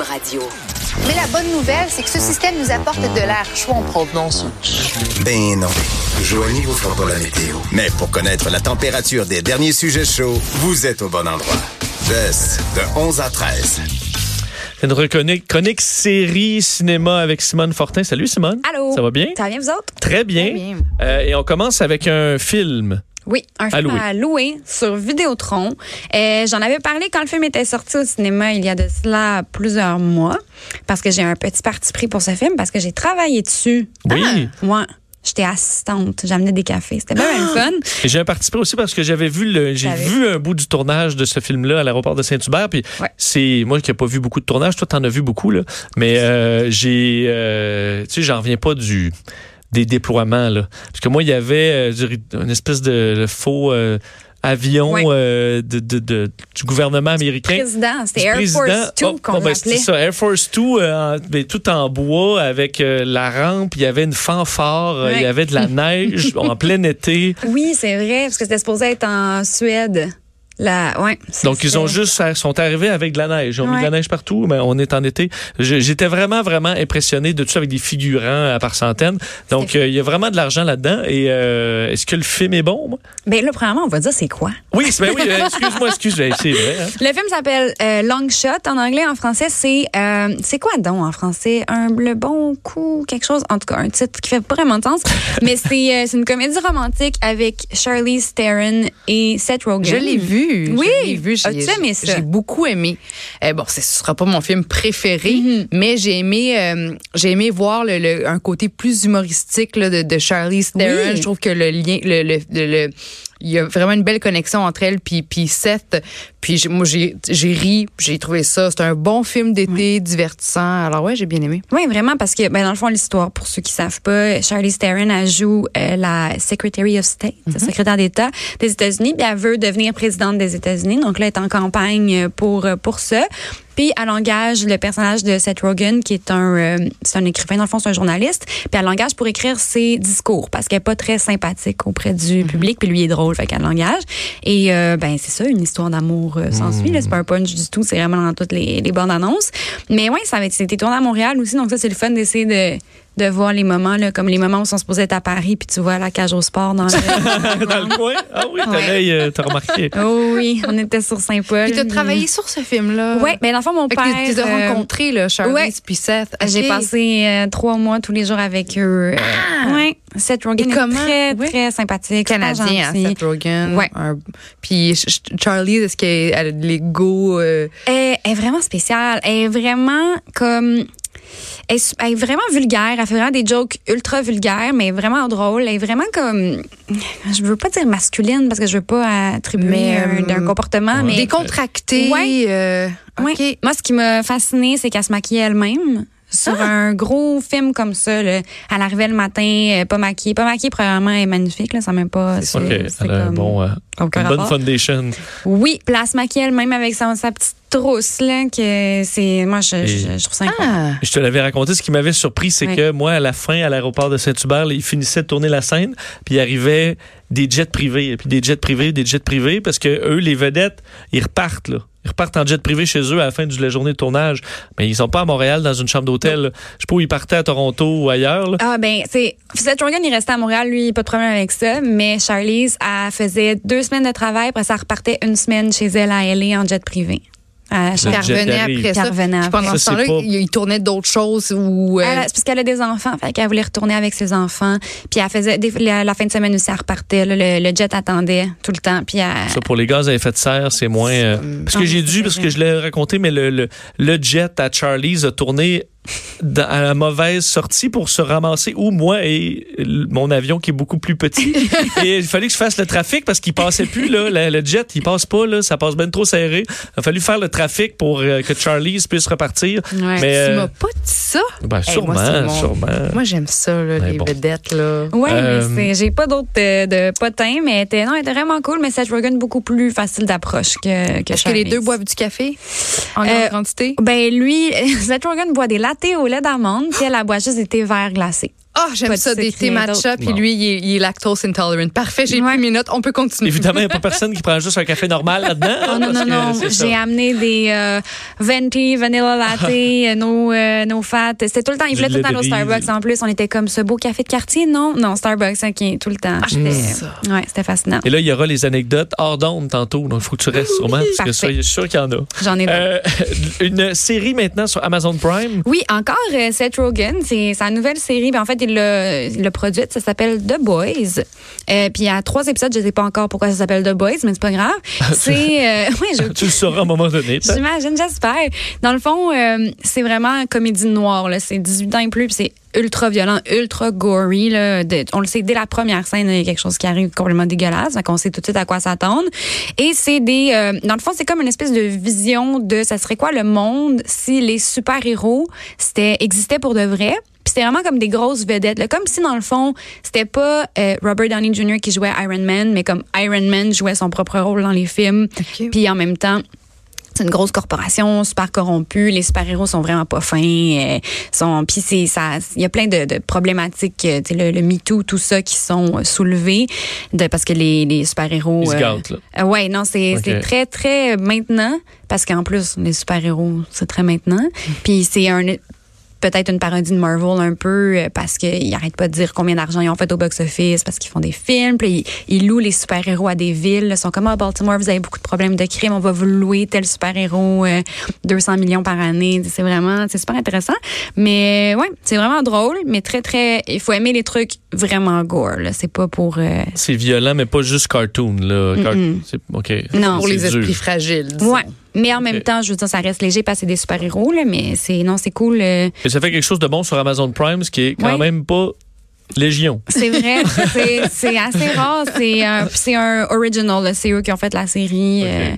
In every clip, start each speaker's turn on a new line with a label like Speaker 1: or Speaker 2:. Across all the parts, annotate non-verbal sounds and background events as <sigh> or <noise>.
Speaker 1: Radio.
Speaker 2: Mais la bonne nouvelle, c'est que ce système nous apporte de l'air chaud en provenance.
Speaker 3: Ben non. Joignez-vous fort pour la météo. Mais pour connaître la température des derniers sujets chauds, vous êtes au bon endroit. Jess, de 11 à 13.
Speaker 4: C'est notre chronique, chronique série cinéma avec Simone Fortin. Salut Simone.
Speaker 5: Allô.
Speaker 4: Ça va bien?
Speaker 5: Ça va bien, vous autres?
Speaker 4: Très bien.
Speaker 5: Très bien.
Speaker 4: Euh, et on commence avec un film.
Speaker 5: Oui, un film
Speaker 4: louer.
Speaker 5: à louer sur Vidéotron. Euh, J'en avais parlé quand le film était sorti au cinéma il y a de cela plusieurs mois, parce que j'ai un petit parti pris pour ce film, parce que j'ai travaillé dessus. Ah!
Speaker 4: Oui.
Speaker 5: Moi, j'étais assistante, j'amenais des cafés. C'était bien,
Speaker 4: Ah!
Speaker 5: bien le fun.
Speaker 4: Et j'ai un parti pris aussi parce que j'avais vu le, j'ai
Speaker 5: J'avais-
Speaker 4: vu un bout du tournage de ce film-là à l'aéroport de Saint-Hubert. Puis
Speaker 5: Ouais.
Speaker 4: c'est moi qui n'ai pas vu beaucoup de tournages. Toi, t'en as vu beaucoup là. Mais euh, j'ai, euh, tu sais, j'en reviens pas du des déploiements là. Parce que moi, il y avait euh, du- une espèce de, de faux euh, avion
Speaker 5: Ouais.
Speaker 4: euh, de, de- de- du gouvernement américain.
Speaker 5: Président, c'était
Speaker 4: du
Speaker 5: Air
Speaker 4: président.
Speaker 5: Force 2
Speaker 4: Oh,
Speaker 5: qu'on
Speaker 4: oh, ben,
Speaker 5: l'appelait.
Speaker 4: C'est ça, Air Force 2, euh, en- mais tout en bois, avec euh, la rampe, il y avait une fanfare, euh, il y
Speaker 5: Ouais.
Speaker 4: avait de la
Speaker 5: <laughs>
Speaker 4: neige en plein été.
Speaker 5: Oui, c'est vrai, parce que c'était supposé être en Suède. Là, ouais, c'est-
Speaker 4: Donc, ils ont
Speaker 5: c'est-
Speaker 4: juste, euh, sont arrivés avec de la neige. Ils ont mis
Speaker 5: Ouais.
Speaker 4: de la neige partout, mais on est en été. Je- J'étais vraiment, vraiment impressionné de tout ça avec des figurants euh, à par centaines. Donc, euh, il y a vraiment de l'argent là-dedans. Et euh, est-ce que le film est bon? moi?
Speaker 5: Ben là, premièrement, on va dire c'est quoi?
Speaker 4: Oui, c'est- ben oui,
Speaker 5: <laughs>
Speaker 4: euh, excuse-moi, excuse-moi, c'est vrai. hein.
Speaker 5: Le film s'appelle euh, Long Shot en anglais. En français, c'est euh, c'est quoi donc en français un le bon coup quelque chose. En tout cas, un titre qui fait pas vraiment de
Speaker 6: <laughs>
Speaker 5: sens. mais c'est euh, c'est une comédie romantique avec Charlie Theron et Seth Rogen.
Speaker 6: Je l'ai vu.
Speaker 5: Oui.
Speaker 6: Je l'ai vu. J'ai-
Speaker 5: As-tu aimé
Speaker 6: j'ai-
Speaker 5: ça?
Speaker 6: J'ai beaucoup aimé. Euh, bon, ce sera pas mon film préféré, mais j'ai aimé, euh, j'ai aimé voir le, le- un côté plus humoristique là, de, de Charlize Theron.
Speaker 5: Oui.
Speaker 6: Je trouve que le lien, le, le- le- le- il y a vraiment une belle connexion entre elle puis puis Seth. Puis j'ai- moi j'ai j'ai ri, j'ai trouvé ça. C'est un bon film d'été, divertissant. Alors ouais, j'ai bien aimé.
Speaker 5: Oui, vraiment, parce que ben, dans le fond, l'histoire, pour ceux qui savent pas, Charlie Theron, elle joue euh, la Secretary of State, la secrétaire d'État des États-Unis, puis elle veut devenir présidente des États-Unis. Donc là, elle est en campagne euh, pour, euh, pour ça. Puis elle engage le personnage de Seth Rogen, qui est un, euh, c'est un écrivain, dans le fond, c'est un journaliste. Puis elle l'engage pour écrire ses discours, parce qu'elle est pas très sympathique auprès du
Speaker 6: Mhm.
Speaker 5: public, puis lui il est drôle, fait qu'elle l'engage. Et euh, ben c'est ça, une histoire d'amour euh,
Speaker 6: Mhm.
Speaker 5: s'ensuit. là. C'est pas un punch du tout, c'est vraiment dans toutes les, les bandes annonces. Mais ouais, ça avait été tourné à Montréal aussi, donc ça c'est le fun d'essayer de de voir les moments là, comme les moments où on se posait être à Paris puis tu vois la cage au sport
Speaker 6: <laughs>
Speaker 5: dans le
Speaker 4: Dans le coin. Ah oui, t'as l'œil, euh, t'as remarqué.
Speaker 5: Oh oui, on était sur Saint-Paul.
Speaker 6: Puis t'as travaillé sur ce film là.
Speaker 5: Ouais, mais dans le fond mon
Speaker 6: Fait
Speaker 5: père
Speaker 6: que tu les as
Speaker 5: euh,
Speaker 6: rencontrés, là, Charlize
Speaker 5: ouais.
Speaker 6: puis Seth.
Speaker 5: J'ai
Speaker 6: Ok.
Speaker 5: passé euh, trois mois tous les jours avec eux. Euh, ouais. Seth Rogen
Speaker 6: Ah! Et
Speaker 5: est
Speaker 6: comment?
Speaker 5: très,
Speaker 6: Ouais.
Speaker 5: très sympathique. super
Speaker 6: canadien, hein,
Speaker 5: gentil.
Speaker 6: Seth Rogen.
Speaker 5: Ouais.
Speaker 6: Un- Puis Ch- Ch- Charlie, est-ce qu'elle a de l'ego? euh,
Speaker 5: Elle, elle est vraiment spéciale. Elle est vraiment comme. Elle, est su- elle est vraiment vulgaire. Elle fait vraiment des jokes ultra vulgaires, mais vraiment drôles. Elle est vraiment comme. Je veux pas dire masculine parce que je veux pas attribuer
Speaker 6: Mais,
Speaker 5: un,
Speaker 6: euh,
Speaker 5: d'un comportement, mais.
Speaker 6: Décontractée.
Speaker 5: Ouais.
Speaker 6: euh,
Speaker 5: Ouais.
Speaker 6: OK.
Speaker 5: Moi, ce qui m'a fasciné, c'est qu'elle se maquillait elle-même. Sur
Speaker 6: Ah.
Speaker 5: un gros film comme ça, là. elle arrivait le matin, euh, pas maquillée. Pas maquillée, premièrement, elle est magnifique, là, ça même pas.
Speaker 4: OK, elle a un
Speaker 5: comme-
Speaker 4: bon, euh,
Speaker 5: aucun
Speaker 4: une bonne
Speaker 5: rapport.
Speaker 4: foundation.
Speaker 5: Oui, place maquillée elle-même avec sa, sa petite trousse, là, que c'est. Moi, je,
Speaker 4: Et-
Speaker 5: je, je trouve ça incroyable.
Speaker 6: Ah.
Speaker 4: Je te l'avais raconté. Ce qui m'avait surpris, c'est
Speaker 5: Ouais.
Speaker 4: que moi, à la fin, à l'aéroport de Saint-Hubert, là, ils finissaient de tourner la scène, puis il arrivait des jets privés, et puis des jets privés, des jets privés, parce que eux, les vedettes, ils repartent, là. Ils repartent en jet privé chez eux à la fin de la journée de tournage. Mais ils sont pas à Montréal dans une chambre d'hôtel. là. Je sais pas où ils partaient à Toronto ou ailleurs. là.
Speaker 5: Ah ben, c'est Seth Rogen, il restait à Montréal, lui, pas de problème avec ça. Mais Charlize, elle faisait deux semaines de travail, après ça repartait une semaine chez elle à LA en jet privé. À
Speaker 4: Le
Speaker 6: Puis
Speaker 5: Charlize.
Speaker 6: elle
Speaker 4: jet
Speaker 6: revenait
Speaker 4: arrive.
Speaker 6: après
Speaker 5: Puis
Speaker 6: ça.
Speaker 5: elle revenait
Speaker 6: Puis Pendant
Speaker 4: après.
Speaker 6: ce
Speaker 4: Ça,
Speaker 6: temps-là,
Speaker 4: c'est pas-
Speaker 6: il il tournait d'autres choses ou. euh,
Speaker 5: Elle a- Ah, c'est parce qu'elle a des enfants, fait qu'elle voulait retourner avec ses enfants. Puis elle faisait des- la, la fin de semaine aussi, elle repartait. là, le, le jet attendait tout le temps. Puis elle-
Speaker 4: Ça, pour les gaz à effet de serre, c'est moins. euh, parce que
Speaker 5: Ah,
Speaker 4: j'ai
Speaker 5: c'est
Speaker 4: dû, parce
Speaker 5: vrai.
Speaker 4: que je l'ai raconté, mais le, le, le jet à Charlie's a tourné dans- à la mauvaise sortie pour se ramasser où moi et l- mon avion qui est beaucoup plus
Speaker 5: <laughs>
Speaker 4: petit. et il fallait que je fasse le trafic parce qu'il passait plus, là. La- le jet, il passe pas, là. Ça passe bien trop serré. Il a fallu faire le trafic pour euh, que Charlie's puisse repartir.
Speaker 6: ouais.
Speaker 4: mais,
Speaker 6: Tu
Speaker 4: euh,
Speaker 6: m'as pas dit ça?
Speaker 5: Eh,
Speaker 4: Ben,
Speaker 6: Hey,
Speaker 4: sûrement,
Speaker 6: moi, c'est mon-
Speaker 4: sûrement.
Speaker 5: <laughs>
Speaker 6: Moi, j'aime ça, là,
Speaker 4: Mais
Speaker 6: les
Speaker 4: bon.
Speaker 6: vedettes. Là.
Speaker 5: Ouais,
Speaker 4: Euh,
Speaker 5: mais c'est- j'ai pas d'autres euh, de, potins, mais elle était, non, elle était vraiment cool. Mais Seth Rogen, beaucoup plus facile d'approche que, que
Speaker 6: Est-ce que les
Speaker 5: Charlize.
Speaker 6: deux boivent du café en grande
Speaker 5: Euh,
Speaker 6: quantité?
Speaker 5: <laughs> Ben lui, Seth Rogen boit des lattés au lait d'amande, puis elle, elle boit juste des thés verts glacés.
Speaker 6: Ah, j'aime
Speaker 5: Pas de
Speaker 6: ça, des
Speaker 5: secret
Speaker 6: thé matcha,
Speaker 5: d'autre.
Speaker 6: puis lui, il est, il est lactose intolerant. Parfait, j'ai pris mes notes, on peut continuer.
Speaker 4: Évidemment, il n'y a pas personne qui prend juste un café normal là-dedans.
Speaker 5: Oh,
Speaker 4: hein,
Speaker 5: non, non,
Speaker 4: parce
Speaker 5: non.
Speaker 4: que c'est ça.
Speaker 5: J'ai amené des euh, venti, vanilla
Speaker 4: <laughs>
Speaker 5: latte, euh, nos, euh, nos fats. C'était tout le temps. Ils
Speaker 4: Du
Speaker 5: voulaient tout le temps nos
Speaker 4: lait de riz.
Speaker 5: Starbucks en plus. On était comme ce beau café de quartier. Non, non, Starbucks, OK, tout le temps. C'était-
Speaker 6: Ah, ça.
Speaker 5: Ouais, c'était fascinant.
Speaker 4: Mm. Et là, il y aura les anecdotes hors d'onde tantôt, donc il faut que tu restes sûrement, parce que ça, je suis sûr qu'il y en a.
Speaker 5: J'en ai d'autres.
Speaker 4: Euh, <laughs> une série maintenant sur Amazon Prime.
Speaker 5: Oui, encore euh, Seth Rogen, c'est sa nouvelle série. Ben, en fait, il l'a il l'a produite, ça s'appelle The Boys. Euh, puis il y a trois épisodes, je ne sais pas encore pourquoi ça s'appelle The Boys, mais c'est pas grave. C'est euh, <laughs> ouais, je-
Speaker 4: Tu le sauras à un moment donné. peut-être.
Speaker 5: J'imagine, j'espère. Dans le fond, euh, c'est vraiment comédie noire. là. C'est 18 ans et plus, puis c'est ultra violent, ultra gory. là. De- on le sait, dès la première scène, il y a quelque chose qui arrive complètement dégueulasse. Donc, on sait tout de suite à quoi s'attendre. Et c'est des... euh, dans le fond, c'est comme une espèce de vision de ça serait quoi le monde si les super-héros c'était- existaient pour de vrai. Puis c'était vraiment comme des grosses vedettes. là. Comme si, dans le fond, c'était pas euh, Robert Downey Jr. qui jouait Iron Man, mais comme Iron Man jouait son propre rôle dans les films.
Speaker 6: Ok.
Speaker 5: Puis en même temps, c'est une grosse corporation, super corrompue. Les super-héros sont vraiment pas fins. euh, sont, puis c'est ça, il y a plein de, de problématiques, euh, tu sais, le, le MeToo, tout ça, qui sont euh, soulevées de, parce que les, les super-héros.
Speaker 4: Ils se
Speaker 5: euh,
Speaker 4: gâtent, là.
Speaker 5: euh, ouais, non, c'est
Speaker 4: Ok.
Speaker 5: c'est très, très maintenant, parce qu'en plus, les super-héros, c'est très maintenant. Puis c'est un peut-être une parodie de Marvel un peu, euh, parce qu'ils arrêtent pas de dire combien d'argent ils ont fait au box-office, parce qu'ils font des films, puis ils, ils louent les super-héros à des villes. Ils sont comme, à Baltimore, vous avez beaucoup de problèmes de crime, on va vous louer tel super-héros euh, 200 millions par année. C'est vraiment, c'est super intéressant. Mais ouais, c'est vraiment drôle, mais très, très, il faut aimer les trucs vraiment gore, là. C'est pas pour... euh,
Speaker 4: C'est violent, mais pas juste cartoon. Là. Car- c'est- OK.
Speaker 5: Non.
Speaker 6: Pour
Speaker 4: C'est
Speaker 6: les
Speaker 4: dur.
Speaker 6: esprits fragiles. disons.
Speaker 5: Ouais. Mais en même
Speaker 4: Ok.
Speaker 5: temps, je veux dire, ça reste léger parce que c'est des super-héros, là, mais c'est, non, c'est cool. euh,
Speaker 4: Et ça fait quelque chose de bon sur Amazon Prime, ce qui est quand
Speaker 5: Ouais.
Speaker 4: même pas légion. <laughs>
Speaker 5: c'est vrai, c'est, c'est assez rare. C'est un, c'est un original, là, c'est eux qui ont fait la série. euh.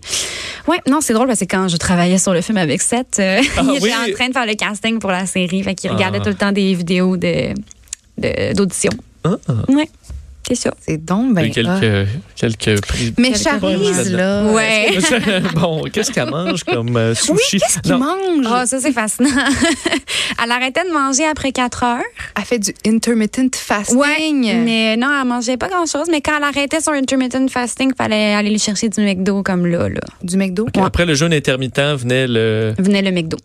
Speaker 5: Ouais, non, c'est drôle parce que quand je travaillais sur le film avec Seth, euh,
Speaker 4: Ah
Speaker 5: <laughs> il était
Speaker 4: oui?
Speaker 5: en train de faire le casting pour la série. Fait qu'il regardait
Speaker 4: Ah.
Speaker 5: tout le temps des vidéos de, de- d'audition.
Speaker 4: Ah.
Speaker 5: Ouais, c'est ça.
Speaker 6: C'est donc
Speaker 4: Il y a
Speaker 6: ben. ah.
Speaker 4: quelques, quelques prix. <laughs>
Speaker 6: Mais
Speaker 5: quelques
Speaker 6: Charlize,
Speaker 4: problèmes
Speaker 6: là.
Speaker 5: Ouais.
Speaker 4: bon, qu'est-ce qu'elle mange comme euh, sushi?
Speaker 6: Qu'est-ce qu'il
Speaker 4: Non.
Speaker 6: mange?
Speaker 5: Ah, ça, c'est fascinant. <laughs> Elle arrêtait de manger après 4 heures.
Speaker 6: Elle fait du intermittent fasting.
Speaker 5: Ouais, mais non, elle mangeait pas grand-chose. Mais quand elle arrêtait son intermittent fasting, fallait aller lui chercher du McDo comme là. là.
Speaker 6: Du McDo.
Speaker 4: Puis Après le jeûne intermittent venait le.
Speaker 5: Venait le McDo.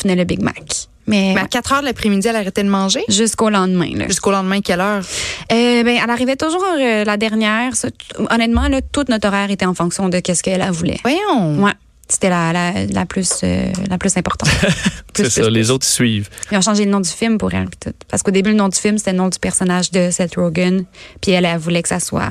Speaker 5: Venait le Big Mac. Mais
Speaker 6: Mais à 4 heures de l'après-midi, elle arrêtait de manger.
Speaker 5: jusqu'au lendemain. Là.
Speaker 6: Jusqu'au lendemain, quelle heure?
Speaker 5: Euh, ben, elle arrivait toujours euh, la dernière. Ça, t- honnêtement, là, tout notre horaire était en fonction de qu'est-ce qu'elle elle voulait.
Speaker 6: Voyons.
Speaker 5: Ouais. C'était la, la, la plus, euh, la plus <laughs> importante. Plus,
Speaker 4: C'est ça,
Speaker 5: plus,
Speaker 4: les
Speaker 5: plus.
Speaker 4: autres ils suivent.
Speaker 5: Ils ont changé le nom du film pour elle. puis tout. Parce qu'au début, le nom du film, c'était le nom du personnage de Seth Rogen. Puis elle, elle voulait que ça soit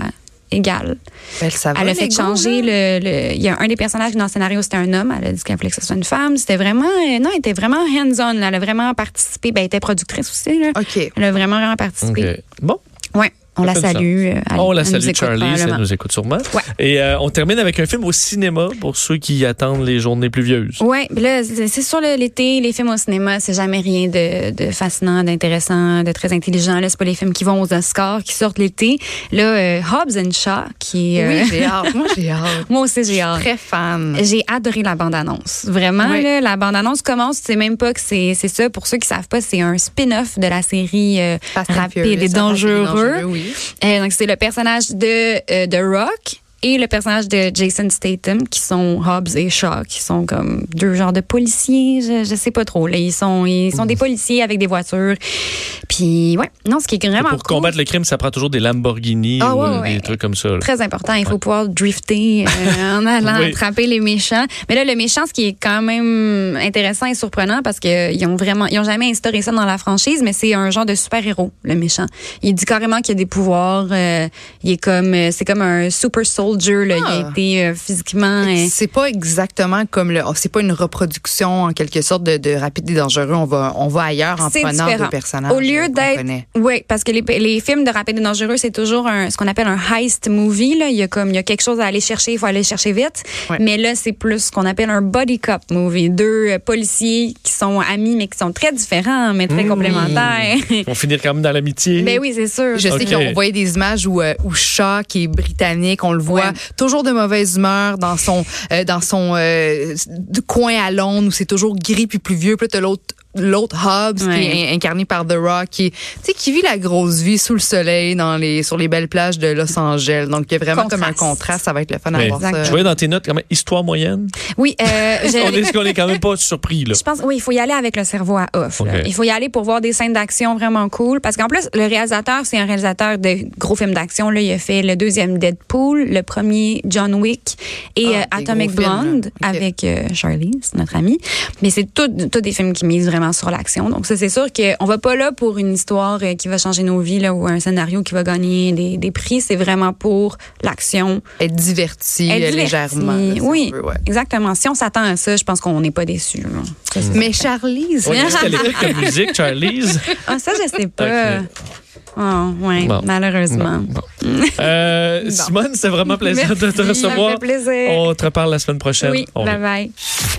Speaker 5: égal.
Speaker 6: Elle, Ben, ça
Speaker 4: Ah,
Speaker 6: va,
Speaker 5: Elle a
Speaker 6: les
Speaker 5: fait
Speaker 6: gars,
Speaker 5: changer
Speaker 6: là?
Speaker 5: le, le- Il y a un des personnages dans le scénario, c'était un homme. Elle a dit qu'elle voulait que ce soit une femme. C'était vraiment. euh, non, elle était vraiment hands-on. là. Elle a vraiment participé. Ben, elle était productrice aussi. Là.
Speaker 6: OK.
Speaker 5: Elle a vraiment, vraiment participé.
Speaker 4: OK. Bon.
Speaker 5: Ouais, on la
Speaker 4: Ça fait du
Speaker 5: salue. euh, elle-
Speaker 4: on la
Speaker 5: elle nous
Speaker 4: salue,
Speaker 5: écoute
Speaker 4: Charlie, elle
Speaker 5: probablement.
Speaker 4: nous écoute sûrement.
Speaker 5: Ouais.
Speaker 4: Et euh, on termine avec un film au cinéma pour ceux qui attendent les journées pluvieuses.
Speaker 5: Ouais, puis là, c'est c'est sur le- l'été, les films au cinéma, c'est jamais rien de, de fascinant, d'intéressant, de très intelligent. Là, c'est pas les films qui vont aux Oscars, qui sortent l'été. Là, euh, Hobbs and Shaw, qui. euh, <laughs>
Speaker 6: Oui, j'ai hâte. Moi, j'ai hâte.
Speaker 5: moi aussi, j'ai hâte.
Speaker 6: Très fan.
Speaker 5: J'ai adoré la bande-annonce. Vraiment,
Speaker 6: Mm. Oui.
Speaker 5: là, la bande-annonce commence, tu sais même pas que c'est c'est ça. Pour ceux qui savent pas, c'est un spin-off de la série euh,
Speaker 6: Fast and
Speaker 5: Rapide
Speaker 6: Furious, Ah,
Speaker 5: et
Speaker 6: Fast and Furious,
Speaker 5: dangereux.
Speaker 6: oui.
Speaker 5: Euh, donc, c'est le personnage de, euh, de Rock et le personnage de Jason Statham qui sont Hobbs et Shaw, qui sont comme deux genres de policiers, je, je sais pas trop. Là. Ils sont, ils sont des policiers avec des voitures. Puis, ouais, non, ce qui est
Speaker 4: Et
Speaker 5: vraiment
Speaker 4: Pour
Speaker 5: cool,
Speaker 4: combattre le crime, ça prend toujours des Lamborghini
Speaker 5: Ah,
Speaker 4: ou
Speaker 5: ouais,
Speaker 4: euh,
Speaker 5: ouais.
Speaker 4: des trucs comme ça. là.
Speaker 5: très important. Il faut pouvoir drifter euh, en allant
Speaker 4: Oui.
Speaker 5: attraper les méchants. Mais là, le méchant, ce qui est quand même intéressant et surprenant parce qu'ils ont vraiment, ils ont jamais instauré ça dans la franchise, mais c'est un genre de super-héros, le méchant. Il dit carrément qu'il a des pouvoirs. euh, il est comme, euh, c'est comme un super soldier. Là.
Speaker 6: Ah.
Speaker 5: Il a été euh, physiquement. euh,
Speaker 6: C'est pas exactement comme le. oh, C'est pas une reproduction en quelque sorte de, de Rapide et dangereux. On va, on va ailleurs en
Speaker 5: C'est
Speaker 6: prenant
Speaker 5: différent.
Speaker 6: des personnages.
Speaker 5: Au lieu
Speaker 6: qu'on
Speaker 5: d'être.
Speaker 6: connaît.
Speaker 5: Oui, parce que les, les films de Rapide et Dangereux, c'est toujours un, ce qu'on appelle un heist movie. Là. Il, y a comme, il y a quelque chose à aller chercher, il faut aller chercher vite.
Speaker 6: Ouais.
Speaker 5: Mais là, c'est plus ce qu'on appelle un body cop movie. Deux euh, policiers qui sont amis, mais qui sont très différents, mais
Speaker 6: Mmh.
Speaker 5: très complémentaires. <laughs>
Speaker 4: <laughs> On finit quand même dans l'amitié.
Speaker 5: ben oui, c'est sûr.
Speaker 6: Je sais
Speaker 4: Ok.
Speaker 6: qu'on voyait des images où, euh, où Shaw, qui est britannique, on le voit
Speaker 5: Ouais.
Speaker 6: toujours de mauvaise humeur dans son, euh, dans son euh, du coin à Londres où c'est toujours gris puis pluvieux. Puis là, t'as l'autre l'autre Hobbs
Speaker 5: Ouais.
Speaker 6: qui est in- incarné par The Rock qui tu sais qui vit la grosse vie sous le soleil dans les sur les belles plages de Los Angeles donc il y a vraiment comme un
Speaker 5: Contraste.
Speaker 6: contraste ça va être le fun à
Speaker 4: Mais
Speaker 6: voir ça
Speaker 4: je voyais dans tes notes quand même histoire moyenne.
Speaker 5: Oui, euh, j'ai-
Speaker 4: On est, on est quand même pas surpris
Speaker 5: <laughs>
Speaker 4: là.
Speaker 5: Je pense, oui, il faut y aller avec le cerveau à off. là.
Speaker 4: Ok.
Speaker 5: Il faut y aller pour voir des scènes d'action vraiment cool. Parce qu'en plus, le réalisateur, c'est un réalisateur de gros films d'action. Là, il a fait le deuxième Deadpool, le premier John Wick et
Speaker 6: Ah,
Speaker 5: euh,
Speaker 6: des
Speaker 5: Atomic
Speaker 6: gros films, là.
Speaker 5: Blonde
Speaker 6: Ok.
Speaker 5: avec euh, Charlize, notre amie. Mais c'est tous tous des films qui misent vraiment sur l'action. Donc, ça, c'est sûr qu'on va pas là pour une histoire euh, qui va changer nos vies là, ou un scénario qui va gagner des, des prix. C'est vraiment pour l'action.
Speaker 6: être diverti
Speaker 5: Elle
Speaker 6: euh,
Speaker 5: divertit.
Speaker 6: légèrement là, si on
Speaker 5: oui,
Speaker 6: veut, ouais.
Speaker 5: exactement. Si on s'attend à ça, je pense qu'on n'est pas déçus. là. Ça, c'est-
Speaker 6: mais Charlize
Speaker 4: Ouais, Qu'est-ce qu'elle écoute comme musique, Charlize?
Speaker 5: Ah, ça, je sais
Speaker 4: <laughs>
Speaker 5: pas.
Speaker 4: Ok.
Speaker 5: Oh, ouais,
Speaker 4: Bon.
Speaker 5: malheureusement.
Speaker 4: Bon. Euh, Simone, c'est vraiment plaisir de te
Speaker 5: Merci, ça me
Speaker 4: recevoir.
Speaker 5: fait plaisir.
Speaker 4: On te reparle la semaine prochaine.
Speaker 5: Oui,
Speaker 4: On est-
Speaker 5: bye bye.